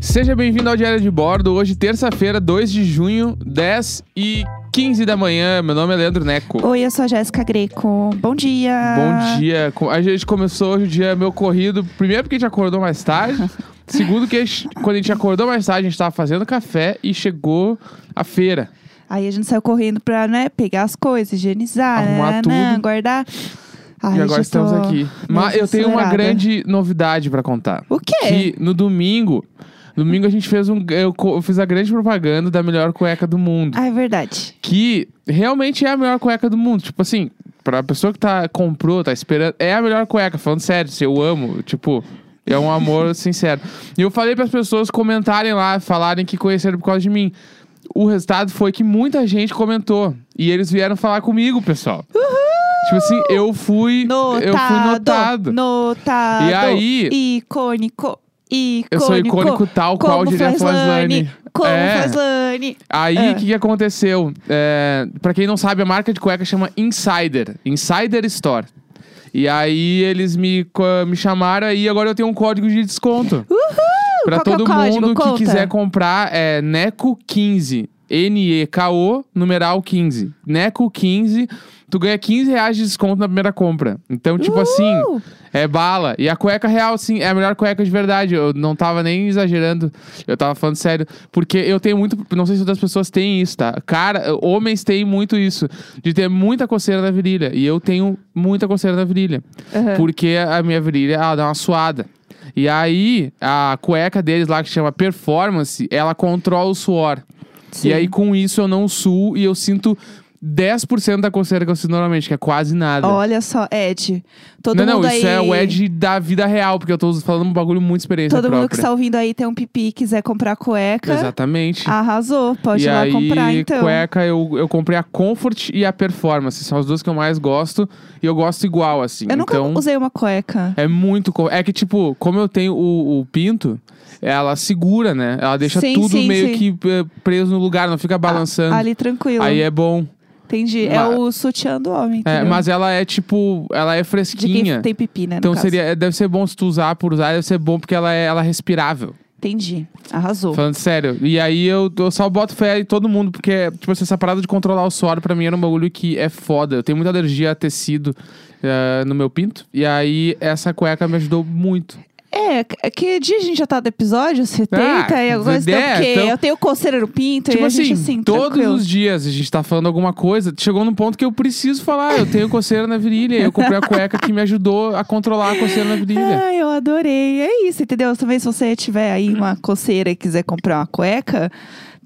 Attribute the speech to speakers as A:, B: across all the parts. A: Seja bem-vindo ao Diário de Bordo. Hoje, terça-feira, 2 de junho, 10 e 15 da manhã. Meu nome é Leandro Neco.
B: Oi, eu sou a Jéssica Greco. Bom dia.
A: Bom dia. Co- A gente começou hoje o dia meu corrido. Primeiro, porque a gente acordou mais tarde. Segundo, que a gente- quando a gente acordou mais tarde, a gente tava fazendo café e chegou a feira.
B: Aí a gente saiu correndo pra, né, pegar as coisas, higienizar,
A: Arrumar
B: né,
A: tudo.
B: né, guardar. Ai,
A: e
B: já
A: agora
B: tô
A: estamos aqui. Mas
B: meio
A: eu tenho uma
B: acelerada.
A: grande novidade pra contar.
B: O quê?
A: Que no domingo. Domingo a gente fez um. Eu co- eu fiz a grande propaganda da melhor cueca do mundo.
B: Ah, é verdade.
A: que realmente é a melhor cueca do mundo. Tipo assim, pra pessoa que tá, comprou, tá esperando, é a melhor cueca. Falando sério, se eu amo, tipo, é um amor sincero. E eu falei pras pessoas comentarem lá, falarem que conheceram por causa de mim. O resultado foi que muita gente comentou. E eles vieram falar comigo, pessoal. Tipo assim, eu fui.
B: Notado.
A: Eu fui notado.
B: Notado.
A: E aí-
B: Icônico. Icônico.
A: Eu sou icônico tal
B: Como
A: qual diria
B: Flaslane.
A: Flaslane.
B: Como
A: É.
B: Flaslane.
A: Aí, o
B: Ah.
A: que, que aconteceu? É, pra quem não sabe, a marca de cueca chama Insider. Insider Store. E aí, eles me, co- me chamaram e agora eu tenho um código de desconto. Pra
B: Qual que é o
A: todo
B: código?
A: mundo que
B: Conta.
A: quiser comprar, é NECO15. N-E-K-O, numeral 15. NECO15. Tu ganha 15 reais de desconto na primeira compra. Então, tipo assim...
B: Uh!
A: É bala. E a cueca real, sim, é a melhor cueca de verdade. Eu não tava nem exagerando. Eu tava falando sério. Porque eu tenho muito. Não sei se outras pessoas têm isso, tá? Cara, homens têm muito isso. De ter muita coceira na virilha. E eu tenho muita coceira na virilha.
B: Aham.
A: Porque a minha virilha, ela dá uma suada. E aí, a cueca deles lá, que chama Performance, ela controla o suor.
B: Sim.
A: E aí, com isso, eu não suo e eu sinto 10% da coceira que eu sinto normalmente, que é quase nada.
B: Olha só, Ed. Todo
A: Não,
B: mundo
A: não,
B: aí...
A: isso é o Ed da vida real, porque eu tô falando um bagulho muito experiência
B: Todo
A: própria.
B: mundo que está ouvindo aí tem um pipi e quiser comprar cueca.
A: Exatamente.
B: Arrasou, pode
A: e
B: ir lá
A: aí,
B: Ah, comprar então.
A: cueca, eu, eu comprei a Comfort e a Performance. São as duas que eu mais gosto. E eu gosto igual, assim.
B: Eu nunca
A: então,
B: usei uma cueca.
A: é muito... co- É que, tipo, como eu tenho o, o pinto, ela segura, né? Ela deixa
B: Sim,
A: tudo
B: sim,
A: meio
B: sim. Ah,
A: que eh, preso no lugar, não fica balançando.
B: Ali tranquilo.
A: aí é bom.
B: Entendi. É
A: Mas-
B: o sutiã do homem.
A: É,
B: entendeu?
A: mas ela é, tipo... Ela é
B: De quem
A: fresquinha.
B: tem pipi, né? no
A: Então
B: caso.
A: seria, é, deve ser bom se tu usar por usar, deve ser bom porque ela é, ela é respirável.
B: Entendi. Arrasou.
A: Falando sério. E aí eu, eu só boto fé em todo mundo, porque, tipo, assim, essa parada de controlar o suor pra mim era um bagulho que é foda. Eu tenho muita alergia a tecido eh, no meu pinto. E aí essa cueca me ajudou muito.
B: É, c- que dia a gente já tá do episódio? 70 e alguma coisa?
A: é,
B: então, porque
A: então-
B: eu tenho coceira no pinto
A: tipo
B: e a
A: assim,
B: gente assim,
A: todos
B: tranquilo.
A: os dias a gente tá falando alguma coisa. Chegou num ponto que eu preciso falar. Eu tenho coceira na virilha. Eu comprei a cueca que me ajudou a controlar a coceira na virilha.
B: Ai, Ah, eu adorei. É isso, entendeu? Também se você tiver aí uma coceira e quiser comprar uma cueca,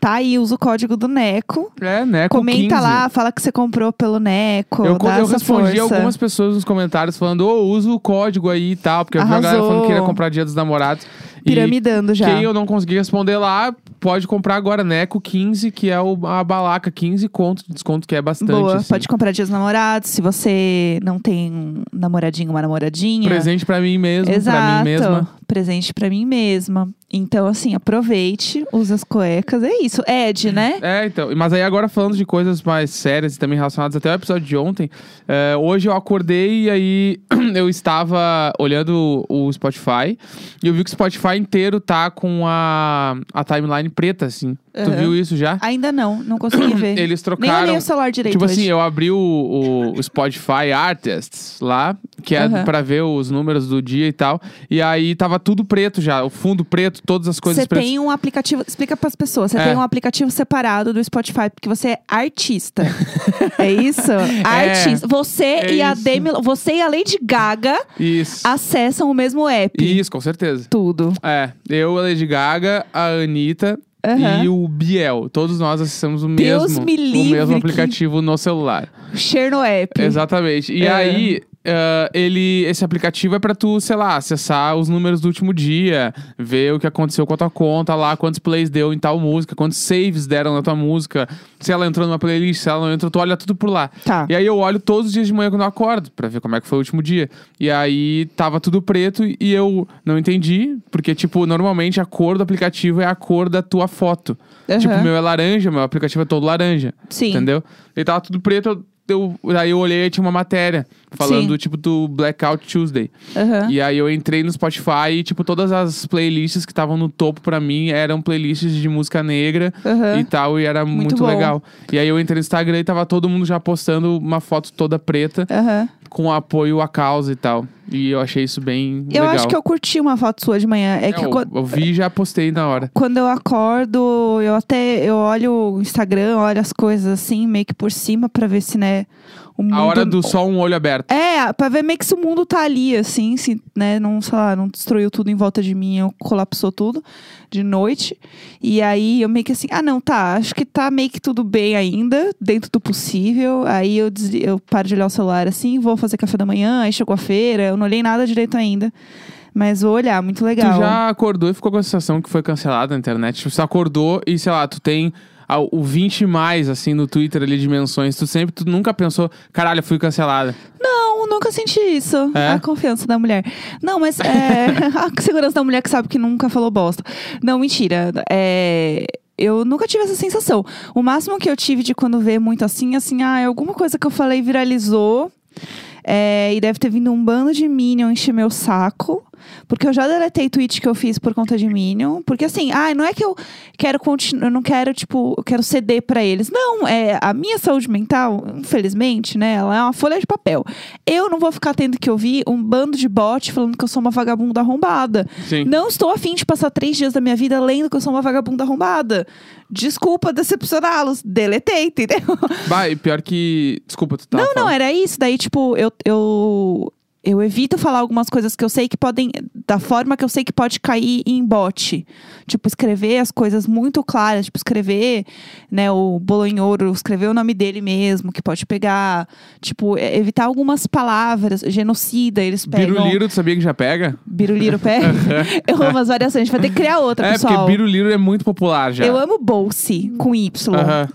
B: tá aí, usa o código do Neco.
A: É, né? Com
B: Comenta
A: 15.
B: lá, fala que você comprou pelo Neco.
A: Eu,
B: dá
A: eu
B: essa
A: respondi
B: força.
A: algumas pessoas nos comentários falando, ô, usa o código aí e tal, porque eu vi a galera
B: Arrasou.
A: falando que queria comprar dia dos namorados. E
B: Piramidando já.
A: Quem eu não consegui responder lá, pode comprar agora, Neco 15, que é o- a balaca, 15 conto de desconto, que é bastante.
B: Boa,
A: assim.
B: pode comprar dias namorados. Se você não tem um namoradinho, uma namoradinha.
A: Presente pra mim mesmo,
B: Exato.
A: pra mim mesma.
B: Presente pra mim mesma. Então, assim, aproveite, use as cuecas. É isso. Ed, né?
A: É, então. Mas aí agora falando de coisas mais sérias e também relacionadas até o episódio de ontem. é, hoje eu acordei e aí eu estava olhando o o Spotify e eu vi que o Spotify inteiro tá com a, a timeline preta, assim. Tu
B: Aham.
A: viu isso já?
B: Ainda não, não consegui ver.
A: Eles
B: Nem
A: trocaram.
B: olhei o celular direito.
A: Tipo
B: hoje.
A: assim, eu abri o, o- o Spotify Artists lá, que é
B: Aham.
A: pra ver os números do dia e tal. E aí tava tudo preto já, o fundo preto, todas as coisas
B: Você
A: pretas.
B: tem um aplicativo. Explica pras pessoas. Você
A: É.
B: tem um aplicativo separado do Spotify, porque você é artista. é isso? Artista. Você
A: É
B: e a
A: isso.
B: Demi. Você e a Lady Gaga
A: Isso.
B: acessam o mesmo app.
A: Isso, com certeza.
B: Tudo.
A: É, eu, a Lady Gaga, a Anitta
B: Aham.
A: e o Biel. Todos nós acessamos o
B: Deus
A: mesmo,
B: me
A: o
B: livre
A: mesmo
B: que-
A: aplicativo no celular.
B: Share no app.
A: Exatamente. E
B: É.
A: aí, ah, ele, esse aplicativo é pra tu, sei lá, acessar os números do último dia, ver o que aconteceu com a tua conta lá, quantos plays deu em tal música, quantos saves deram na tua música, se ela entrou numa playlist, se ela não entrou, tu olha tudo por lá.
B: Tá.
A: E aí eu olho todos os dias de manhã quando eu acordo, pra ver como é que foi o último dia. E aí tava tudo preto e eu não entendi, porque, tipo, normalmente a cor do aplicativo é a cor da tua foto.
B: Aham.
A: Tipo, o meu é laranja, meu aplicativo é todo laranja.
B: Sim.
A: Entendeu? Ele tava tudo preto, eu- eu, aí eu olhei e tinha uma matéria falando,
B: Sim.
A: tipo, do Blackout Tuesday.
B: Aham.
A: E aí eu entrei no Spotify e, tipo, todas as playlists que estavam no topo pra mim eram playlists de música negra
B: Aham.
A: e tal, e era muito,
B: bom.
A: legal. E aí eu entrei no Instagram e tava todo mundo já postando uma foto toda preta
B: Aham.
A: com apoio à causa e tal. E eu achei isso bem
B: Eu
A: legal.
B: acho que eu curti uma foto sua de manhã. É,
A: É,
B: que
A: eu,
B: quan-
A: eu vi e já postei na hora.
B: quando eu acordo, eu até eu olho o Instagram, olho as coisas assim, meio que por cima pra ver se, né, o mundo
A: A hora do só um olho aberto.
B: É, pra ver meio que se o mundo tá ali, assim, se, né, não, sei lá, não destruiu tudo em volta de mim, eu- colapsou tudo de noite. E aí eu meio que assim, ah, não, tá, acho que tá meio que tudo bem ainda, dentro do possível. Aí eu, desli- eu paro de olhar o celular assim, vou fazer café da manhã, aí chegou a feira, eu não olhei nada direito ainda. Mas vou olhar, muito legal.
A: Tu já acordou e ficou com a sensação que foi cancelada na internet? Tipo, Você acordou e, sei lá, tu tem a- o 20 mais, assim, no Twitter ali de menções. Tu sempre, tu nunca pensou, caralho, fui cancelada.
B: Não, nunca senti isso.
A: É?
B: A confiança da mulher. Não, mas é, a segurança da mulher que sabe que nunca falou bosta. Não, mentira. É, eu nunca tive essa sensação. O máximo que eu tive de quando vê muito assim, assim, ah, alguma coisa que eu falei viralizou. é, e deve ter vindo um bando de Minion encher meu saco. Porque eu já deletei tweet que eu fiz por conta de Minion. Porque assim, ah, não é que eu quero continuar, eu não quero, tipo, eu quero ceder pra eles. Não, é a minha saúde mental, infelizmente, né? Ela é uma folha de papel. Eu não vou ficar tendo que ouvir um bando de bot falando que eu sou uma vagabunda arrombada.
A: Sim.
B: Não estou afim de passar três dias da minha vida lendo que eu sou uma vagabunda arrombada. Desculpa decepcioná-los. Deletei, entendeu?
A: Bah, e pior que. Desculpa, tu tá.
B: Ah, Não, é, não, era isso. Daí, tipo, eu, eu, eu evito falar algumas coisas que eu sei que podem. Da forma que eu sei que pode cair em bote. Tipo, escrever as coisas muito claras. Tipo, escrever, né, o Bolonhouro, escrever o nome dele mesmo, que pode pegar. Tipo, é- evitar algumas palavras. Genocida, eles pegam.
A: Biruliro, tu sabia que já pega?
B: Biruliro pega. eu amo as variações. A gente vai ter que criar outra,
A: é,
B: Tá, pessoal.
A: porque biruliro é muito popular já.
B: Eu amo bolse com Y.
A: Aham.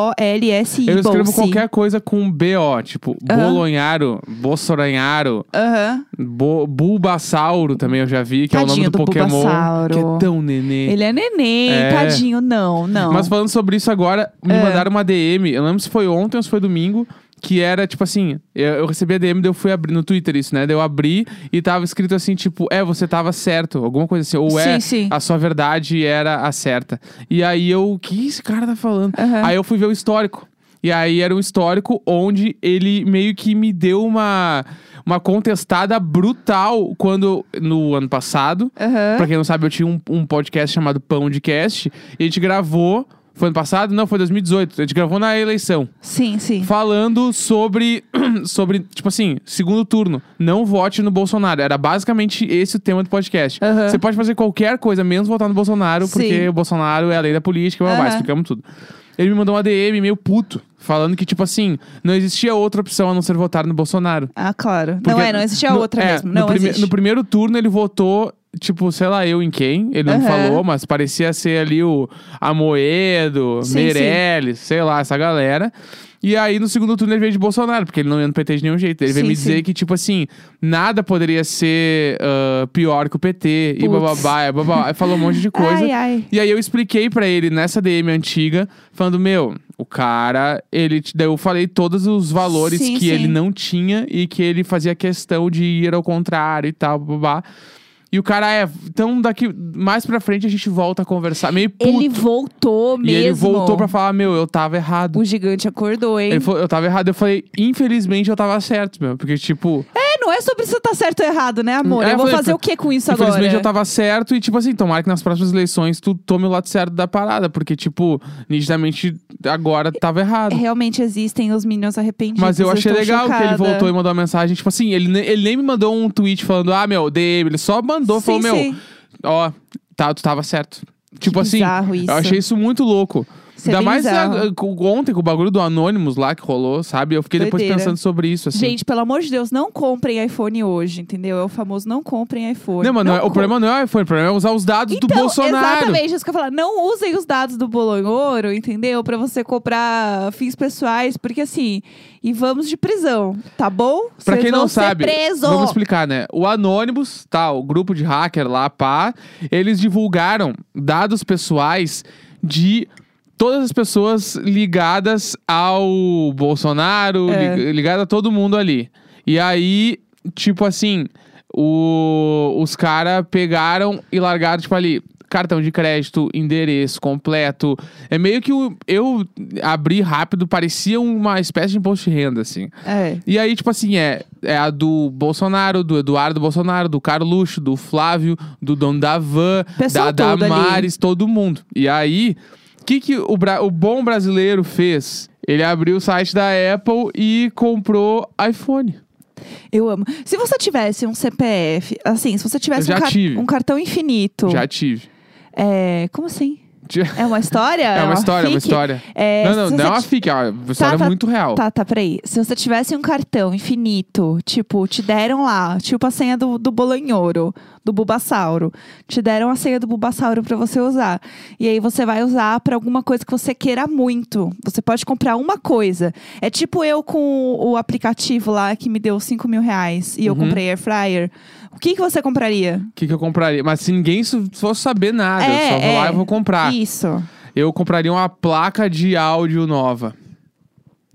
B: B-O-L-S-I.
A: Eu escrevo
B: bolse.
A: qualquer coisa com BO, tipo bolonharo, bossoranharo,
B: Aham.
A: bo- bulbasauro também eu já vi, que é o
B: Tadinho
A: nome do,
B: do
A: Pokémon.
B: Bulbasauro.
A: Que é tão nenê.
B: Ele é neném,
A: É.
B: tadinho. Não, não. É.
A: Mas falando sobre isso agora, me mandaram uma DM. Eu não lembro se foi ontem ou se foi domingo. Que era tipo assim: eu, eu recebi a DM, daí eu fui abrir no Twitter isso, né? Daí eu abri e tava escrito assim, tipo, é, você tava certo, alguma coisa assim, ou é,
B: Sim, sim.
A: a sua verdade era a certa. E aí eu, o que esse cara tá falando?
B: Aham.
A: Aí eu fui ver o histórico. E aí era um histórico onde ele meio que me deu uma, uma contestada brutal quando, no ano passado,
B: Aham.
A: Pra quem não sabe, eu tinha um, um podcast chamado Pão de Cast. E a gente gravou. Foi ano passado? Não, foi 2018. A gente gravou na eleição.
B: Sim, sim.
A: Falando sobre. sobre, tipo assim, segundo turno. Não vote no Bolsonaro. Era basicamente esse o tema do podcast.
B: Aham.
A: Você pode fazer qualquer coisa, menos votar no Bolsonaro,
B: Sim.
A: porque o Bolsonaro é a lei da política, blá, blá, blá,
B: Aham.
A: explicamos tudo. Ele me mandou uma DM meio puto, falando que, tipo assim, não existia outra opção a não ser votar no Bolsonaro.
B: Ah, claro. não
A: Porque
B: é, não existe a
A: no-
B: outra
A: é,
B: mesmo.
A: no,
B: Não
A: prime-
B: existe.
A: no primeiro turno ele votou, tipo, sei lá eu em quem. Ele não
B: Aham.
A: falou, mas parecia ser ali o Amoedo,
B: Sim,
A: Meirelles, sei lá, essa galera. E aí no segundo turno ele veio de Bolsonaro, porque ele não ia no PT de nenhum jeito. Ele veio
B: Sim,
A: me dizer
B: sim.
A: que, tipo assim, nada poderia ser ah, pior que o PT. E
B: Putz.
A: bababá, e bababá. Aí falou um monte de coisa.
B: Ai, ai.
A: E aí eu expliquei pra ele nessa DM antiga, falando, meu, o cara, ele. te- Daí eu falei todos os valores
B: Sim,
A: que
B: sim.
A: ele não tinha e que ele fazia questão de ir ao contrário e tal, babá. E o cara é, então daqui mais pra frente a gente volta a conversar. Meio puto.
B: Ele voltou mesmo.
A: e ele voltou pra falar, meu, eu tava errado.
B: O gigante acordou, hein?
A: Ele falou, eu tava errado. Eu falei, infelizmente eu tava certo, meu. Porque, tipo,
B: É, não é sobre se tá certo ou errado, né, amor?
A: É,
B: eu vou
A: falei,
B: fazer
A: pô,
B: o que com isso
A: Infelizmente
B: agora?
A: eu tava certo e, tipo assim, tomara que nas próximas eleições tu tome o lado certo da parada, porque, tipo, nitidamente agora tava errado.
B: É, Realmente existem os Minions arrependidos.
A: Mas eu achei
B: tô
A: legal que ele
B: chocada.
A: voltou e mandou uma mensagem. Tipo assim, ele, ne- ele nem me mandou um tweet falando, ah, meu, DM. Ele só mandou,
B: Sim,
A: falou, meu,
B: sim.
A: ó, tá, tu tava certo. Tipo assim,
B: bizarro isso.
A: eu achei isso muito louco.
B: Isso é
A: Ainda
B: bem
A: mais
B: bizarro.
A: ah, com- ontem com o bagulho do Anonymous lá que rolou, sabe? Eu fiquei depois
B: Doideira.
A: pensando sobre isso, assim.
B: Gente, pelo amor de Deus, não comprem iPhone hoje, entendeu? É o famoso não comprem iPhone.
A: não, mas não é- o
B: com-
A: problema não é o iPhone, o problema é usar os dados do
B: Então,
A: Bolsonaro.
B: Exatamente, isso que eu ia falar. Não usem os dados do Bolonhoro, entendeu? Pra você comprar fins pessoais, porque assim, e vamos de prisão, tá bom?
A: Pra
B: Vocês
A: quem
B: vão
A: não
B: ser
A: sabe,
B: preso.
A: vamos explicar, né? O Anonymous, tá, o grupo de hacker lá, pá, eles divulgaram dados pessoais de todas as pessoas ligadas ao Bolsonaro,
B: É.
A: li- ligada a todo mundo ali. E aí, tipo assim, o- os caras pegaram e largaram, tipo ali. Cartão de crédito, endereço completo. É meio que o- eu abri rápido, parecia uma espécie de imposto de renda, assim.
B: É.
A: E aí, tipo assim, é, é a do Bolsonaro, do Eduardo Bolsonaro, do Carluxo, do Flávio, do dono da Van,
B: Pessoal
A: da
B: todo ali.
A: Damares, todo mundo. E aí, o que, que o, bra- o bom brasileiro fez? Ele abriu o site da Apple e comprou iPhone.
B: Eu amo. Se você tivesse um CPF, assim, se você tivesse
A: Eu
B: um,
A: já
B: car-
A: tive.
B: um cartão infinito.
A: Já tive.
B: É. Como assim?
A: Já-
B: É uma história?
A: É uma história, é uma
B: fic?
A: história.
B: É,
A: não, não,
B: se
A: não é
B: você
A: uma
B: ti-
A: fique, é uma história
B: tá,
A: muito real.
B: Tá, tá, peraí. Se você tivesse um cartão infinito, tipo, te deram lá, tipo a senha do, do Bolanhoro, do Bulbasauro. Te deram a senha do Bulbasauro pra você usar. E aí você vai usar pra alguma coisa que você queira muito. Você pode comprar uma coisa. É tipo eu com o aplicativo lá que me deu 5 mil reais e eu
A: Uhum.
B: comprei air fryer. O que, que você compraria?
A: O que, que eu compraria? Mas se ninguém su- fosse saber nada,
B: É,
A: eu só vou
B: é.
A: lá e vou comprar.
B: Isso.
A: Eu compraria uma placa de áudio nova.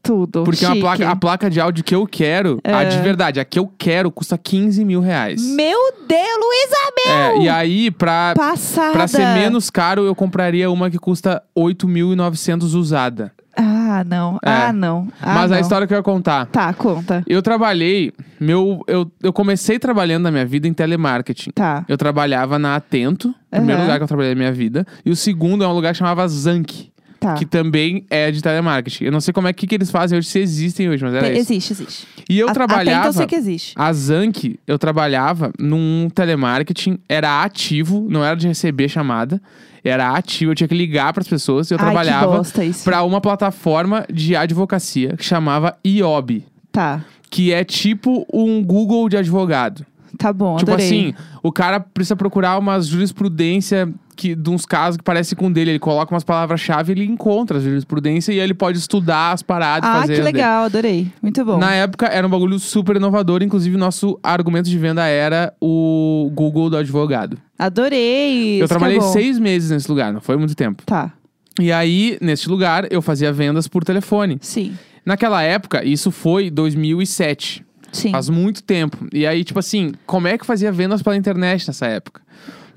B: Tudo.
A: Porque é uma
B: Chique. É.
A: placa, a placa de áudio que eu quero, a de verdade, a que eu quero, custa 15 mil reais.
B: Meu Deus, Luísa,
A: É, e aí, pra,
B: passada.
A: pra ser menos caro, eu compraria uma que custa 8.900 usada.
B: Ah, não.
A: É.
B: Ah, não. Ah,
A: Mas
B: não.
A: a história que eu ia contar.
B: Tá, conta.
A: Eu trabalhei, meu, eu, eu comecei trabalhando na minha vida em telemarketing.
B: Tá.
A: Eu trabalhava na Atento, primeiro
B: Aham.
A: lugar que eu trabalhei na minha vida. E o segundo é um lugar que chamava Zank,
B: Tá.
A: que também é de telemarketing. Eu não sei como é que, que eles fazem hoje, se existem hoje, mas era
B: Tem-
A: isso.
B: existe, existe.
A: E eu
B: A- Atento,
A: trabalhava...
B: eu sei que existe.
A: A Zank, eu trabalhava num telemarketing, era ativo, não era de receber chamada, era ativo, eu tinha que ligar pras pessoas. Eu
B: Ai, que
A: trabalhava
B: bosta isso.
A: pra uma plataforma de advocacia que chamava IOB,
B: Tá,
A: que é tipo um Google de advogado.
B: tá bom,
A: Tipo
B: adorei.
A: assim, o cara precisa procurar uma jurisprudência que, de uns casos que parecem com o dele. Ele coloca umas palavras-chave, ele encontra a jurisprudência e aí ele pode estudar as paradas e
B: ah,
A: fazer.
B: que
A: a dele.
B: legal, adorei. Muito bom.
A: Na época era um bagulho super inovador, inclusive nosso argumento de venda era o Google do advogado.
B: Adorei.
A: eu
B: isso que é
A: trabalhei
B: bom.
A: seis meses nesse lugar, não foi muito tempo.
B: Tá,
A: E aí, neste lugar, eu fazia vendas por telefone.
B: sim,
A: Naquela época, isso foi 2007,
B: sim.
A: faz muito tempo. E aí, tipo assim, como é que eu fazia vendas pela internet nessa época?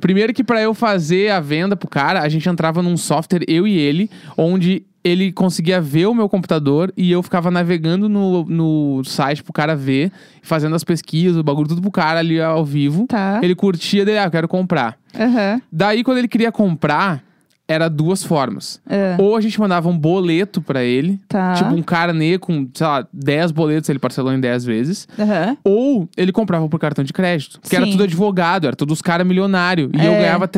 A: Primeiro que pra eu fazer a venda pro cara, a gente entrava num software, eu e ele, onde ele conseguia ver o meu computador e eu ficava navegando no, no site pro cara ver, fazendo as pesquisas, o bagulho tudo pro cara ali ao vivo.
B: Tá.
A: Ele curtia, dele, ah, eu quero comprar.
B: Aham.
A: Daí, quando ele queria comprar, era duas formas.
B: É.
A: Ou a gente mandava um boleto pra ele,
B: Tá.
A: tipo um carnê com, sei lá, 10 boletos, ele parcelou em 10 vezes.
B: Aham.
A: Ou ele comprava por cartão de crédito. Que era
B: Sim.
A: tudo advogado, era todos os caras milionários. E eu
B: É.
A: ganhava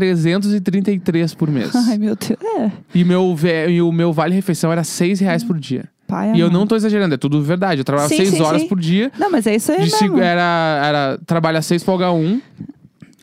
A: 333 por mês.
B: Ai, meu Deus. É.
A: e, meu, ve- e o meu vale-refeição era 6 reais por dia.
B: Pai,
A: E eu não
B: amado.
A: tô exagerando, é tudo verdade. Eu trabalhava
B: Sim,
A: 6
B: sim,
A: horas
B: sim.
A: por dia.
B: Não, mas é isso aí
A: De
B: mesmo.
A: cinco- era, era trabalhar 6, folga 1.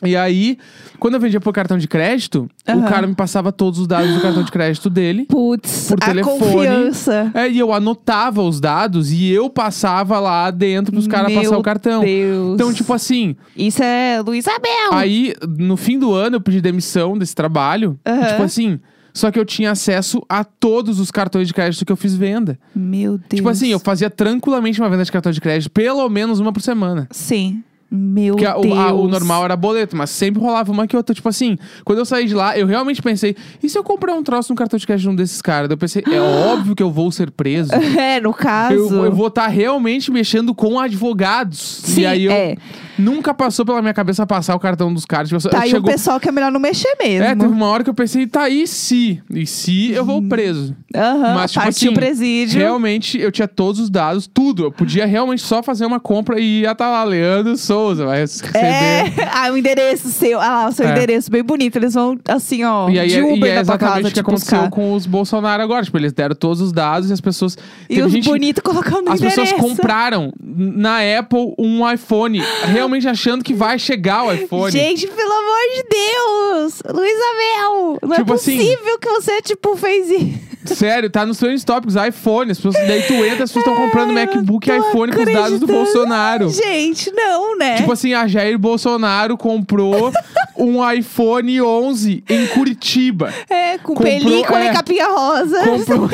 A: E aí, quando eu vendia por cartão de crédito, o
B: Aham.
A: cara me passava todos os dados do cartão de crédito dele.
B: Putz,
A: por
B: a
A: telefone.
B: confiança.
A: É, e eu anotava os dados e eu passava lá dentro pros caras
B: Meu
A: passar o cartão.
B: Deus.
A: Então, tipo assim,
B: Isso é Luísa Bel.
A: Aí, no fim do ano, eu pedi demissão desse trabalho.
B: Aham.
A: Tipo assim, só que eu tinha acesso a todos os cartões de crédito que eu fiz venda.
B: Meu Deus.
A: Tipo assim, eu fazia tranquilamente uma venda de cartão de crédito, pelo menos uma por semana.
B: Sim. Meu
A: Porque a-
B: Deus.
A: o, a- o normal era boleto, mas sempre rolava uma que outra. Tipo assim, quando eu saí de lá, eu realmente pensei: e se eu comprar um troço no cartão de crédito de um desses caras? Daí Eu pensei: é óbvio que eu vou ser preso.
B: É, no caso.
A: Eu, eu vou estar realmente mexendo com advogados.
B: Sim,
A: e aí eu
B: é.
A: nunca passou pela minha cabeça passar o cartão dos caras. Tipo,
B: Tá aí
A: chegou
B: o pessoal que é melhor não mexer
A: É, teve
B: mesmo.
A: uma hora que eu pensei, tá, e se? E se eu
B: Uhum.
A: vou preso?
B: Aham,
A: Mas, tipo assim,
B: partiu o presídio.
A: Realmente, eu tinha todos os dados, tudo. Eu podia realmente só fazer uma compra e ia tá lá, Leandro Souza, vai receber.
B: É, ah, o endereço seu. Ah, lá, o seu
A: É.
B: endereço bem bonito. Eles vão, assim, ó,
A: E aí
B: de
A: é-
B: Uber
A: e é
B: da tua
A: exatamente
B: casa
A: o que
B: te
A: aconteceu
B: buscar.
A: com os Bolsonaro agora. Tipo, eles deram todos os dados e as pessoas.
B: E
A: Teve
B: os
A: gente-
B: bonitos colocando o
A: As
B: endereço.
A: pessoas compraram na Apple um iPhone, realmente achando que vai chegar o iPhone.
B: Gente, pelo amor de Deus! Luísa Mel! Não
A: Tipo
B: é
A: assim-
B: possível que você, tipo, fez isso.
A: Sério, tá nos trending topics, iPhone. As pessoas, daí tu entra, as pessoas estão comprando
B: Ai, eu
A: MacBook e
B: não tô
A: iPhone com os dados do
B: acreditando.
A: Bolsonaro. assim,
B: Gente, não, né?
A: Tipo assim, a Jair Bolsonaro comprou um iPhone 11 em Curitiba.
B: É, com
A: Comprou-
B: película
A: é.
B: e capinha rosa.
A: Comprou,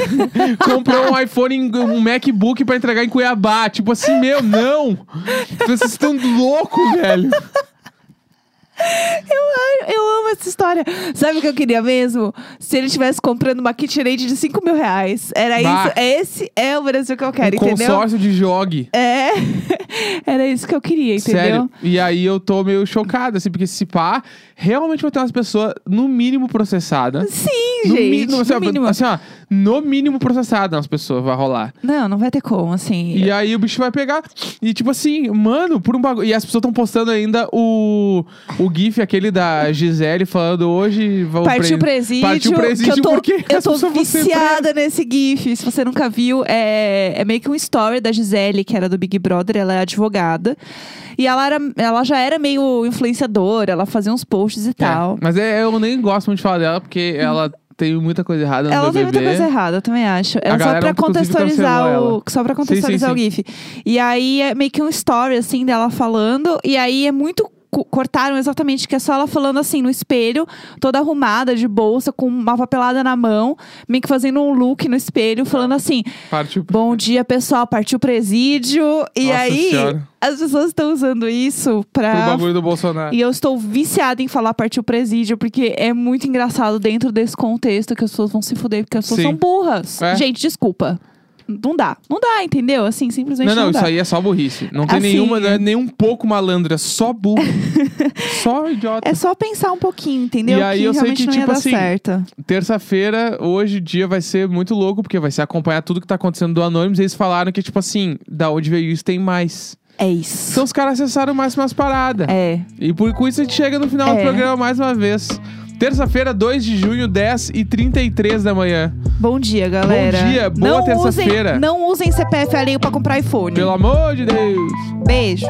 A: comprou um iPhone, em- um MacBook pra entregar em Cuiabá. Tipo assim, meu, não! Vocês estão loucos, velho.
B: Eu, eu amo essa história. Sabe o que eu queria mesmo? Se ele estivesse comprando uma kitchenette de 5 mil reais. Era
A: Bah.
B: isso. Esse é o Brasil que eu quero,
A: um
B: entendeu?
A: consórcio de jogue.
B: É. Era isso que eu queria, entendeu?
A: Sério. E aí eu tô meio chocado, assim, porque se pá, realmente vai ter umas pessoas, no mínimo, processadas.
B: Sim,
A: No
B: gente.
A: mínimo, assim, ó,
B: no mínimo.
A: assim, ó, no mínimo processadas as pessoas vai rolar.
B: Não, não vai ter como, assim.
A: E é aí o bicho vai pegar. E tipo assim, mano, por um bagulho. E as pessoas estão postando ainda o, o GIF, aquele da Gisele falando hoje. vão
B: Partiu o
A: pre-
B: presídio.
A: Partiu
B: que
A: presídio
B: eu tô,
A: porque
B: eu
A: as
B: tô
A: pessoas vão ser
B: viciada nesse GIF. Se você nunca viu, é, é meio que um story da Gisele, que era do Big Brother, ela é advogada. E ela, era, ela já era meio influenciadora, ela fazia uns posts e
A: É,
B: tal.
A: mas é, eu nem gosto muito de falar dela, porque ela tem muita coisa errada no
B: Uhum. Ela tem
A: BBB.
B: muita coisa errada, eu também acho. É só
A: galera,
B: pra
A: inclusive,
B: contextualizar
A: cancelou
B: o.
A: ela.
B: Só pra contextualizar
A: sim,
B: o GIF. E aí é meio que um story, assim, dela falando. E aí é muito. co- Cortaram exatamente que é só ela falando assim no espelho, toda arrumada de bolsa, com uma papelada na mão, meio que fazendo um look no espelho, falando
A: É.
B: assim:
A: Partiu.
B: Bom dia, pessoal, partiu presídio. E
A: Nossa
B: aí
A: Senhora.
B: as pessoas estão usando isso
A: Pro
B: pra
A: bagulho do Bolsonaro.
B: e eu estou viciada em falar partiu presídio, porque é muito engraçado dentro desse contexto que as pessoas vão se fuder, porque as pessoas
A: Sim.
B: são burras.
A: É.
B: Gente, desculpa. Não dá. Não dá, entendeu? Assim, simplesmente
A: Não,
B: não,
A: não,
B: dá.
A: isso aí é só burrice. Não tem
B: Assim-
A: nenhuma, não é nem um pouco malandra, é só burro. só idiota.
B: É só pensar um pouquinho, entendeu?
A: E aí
B: que
A: eu sei
B: realmente
A: que,
B: não
A: tipo
B: ia dar
A: assim,
B: certo.
A: Terça-feira, hoje o dia vai ser muito louco, porque vai ser acompanhar tudo que tá acontecendo do Anonymous. E eles falaram que, tipo assim, da onde veio isso tem mais.
B: É isso.
A: Então os caras acessaram mais umas paradas.
B: É.
A: E por com isso a gente chega no final do
B: É.
A: programa mais uma vez. Terça-feira, 2 de junho, 10 e 33 da manhã.
B: Bom dia, galera.
A: dia, boa
B: Não usem-
A: terça-feira.
B: Não usem CPF alheio pra comprar iPhone.
A: Pelo amor de Deus!
B: Beijo.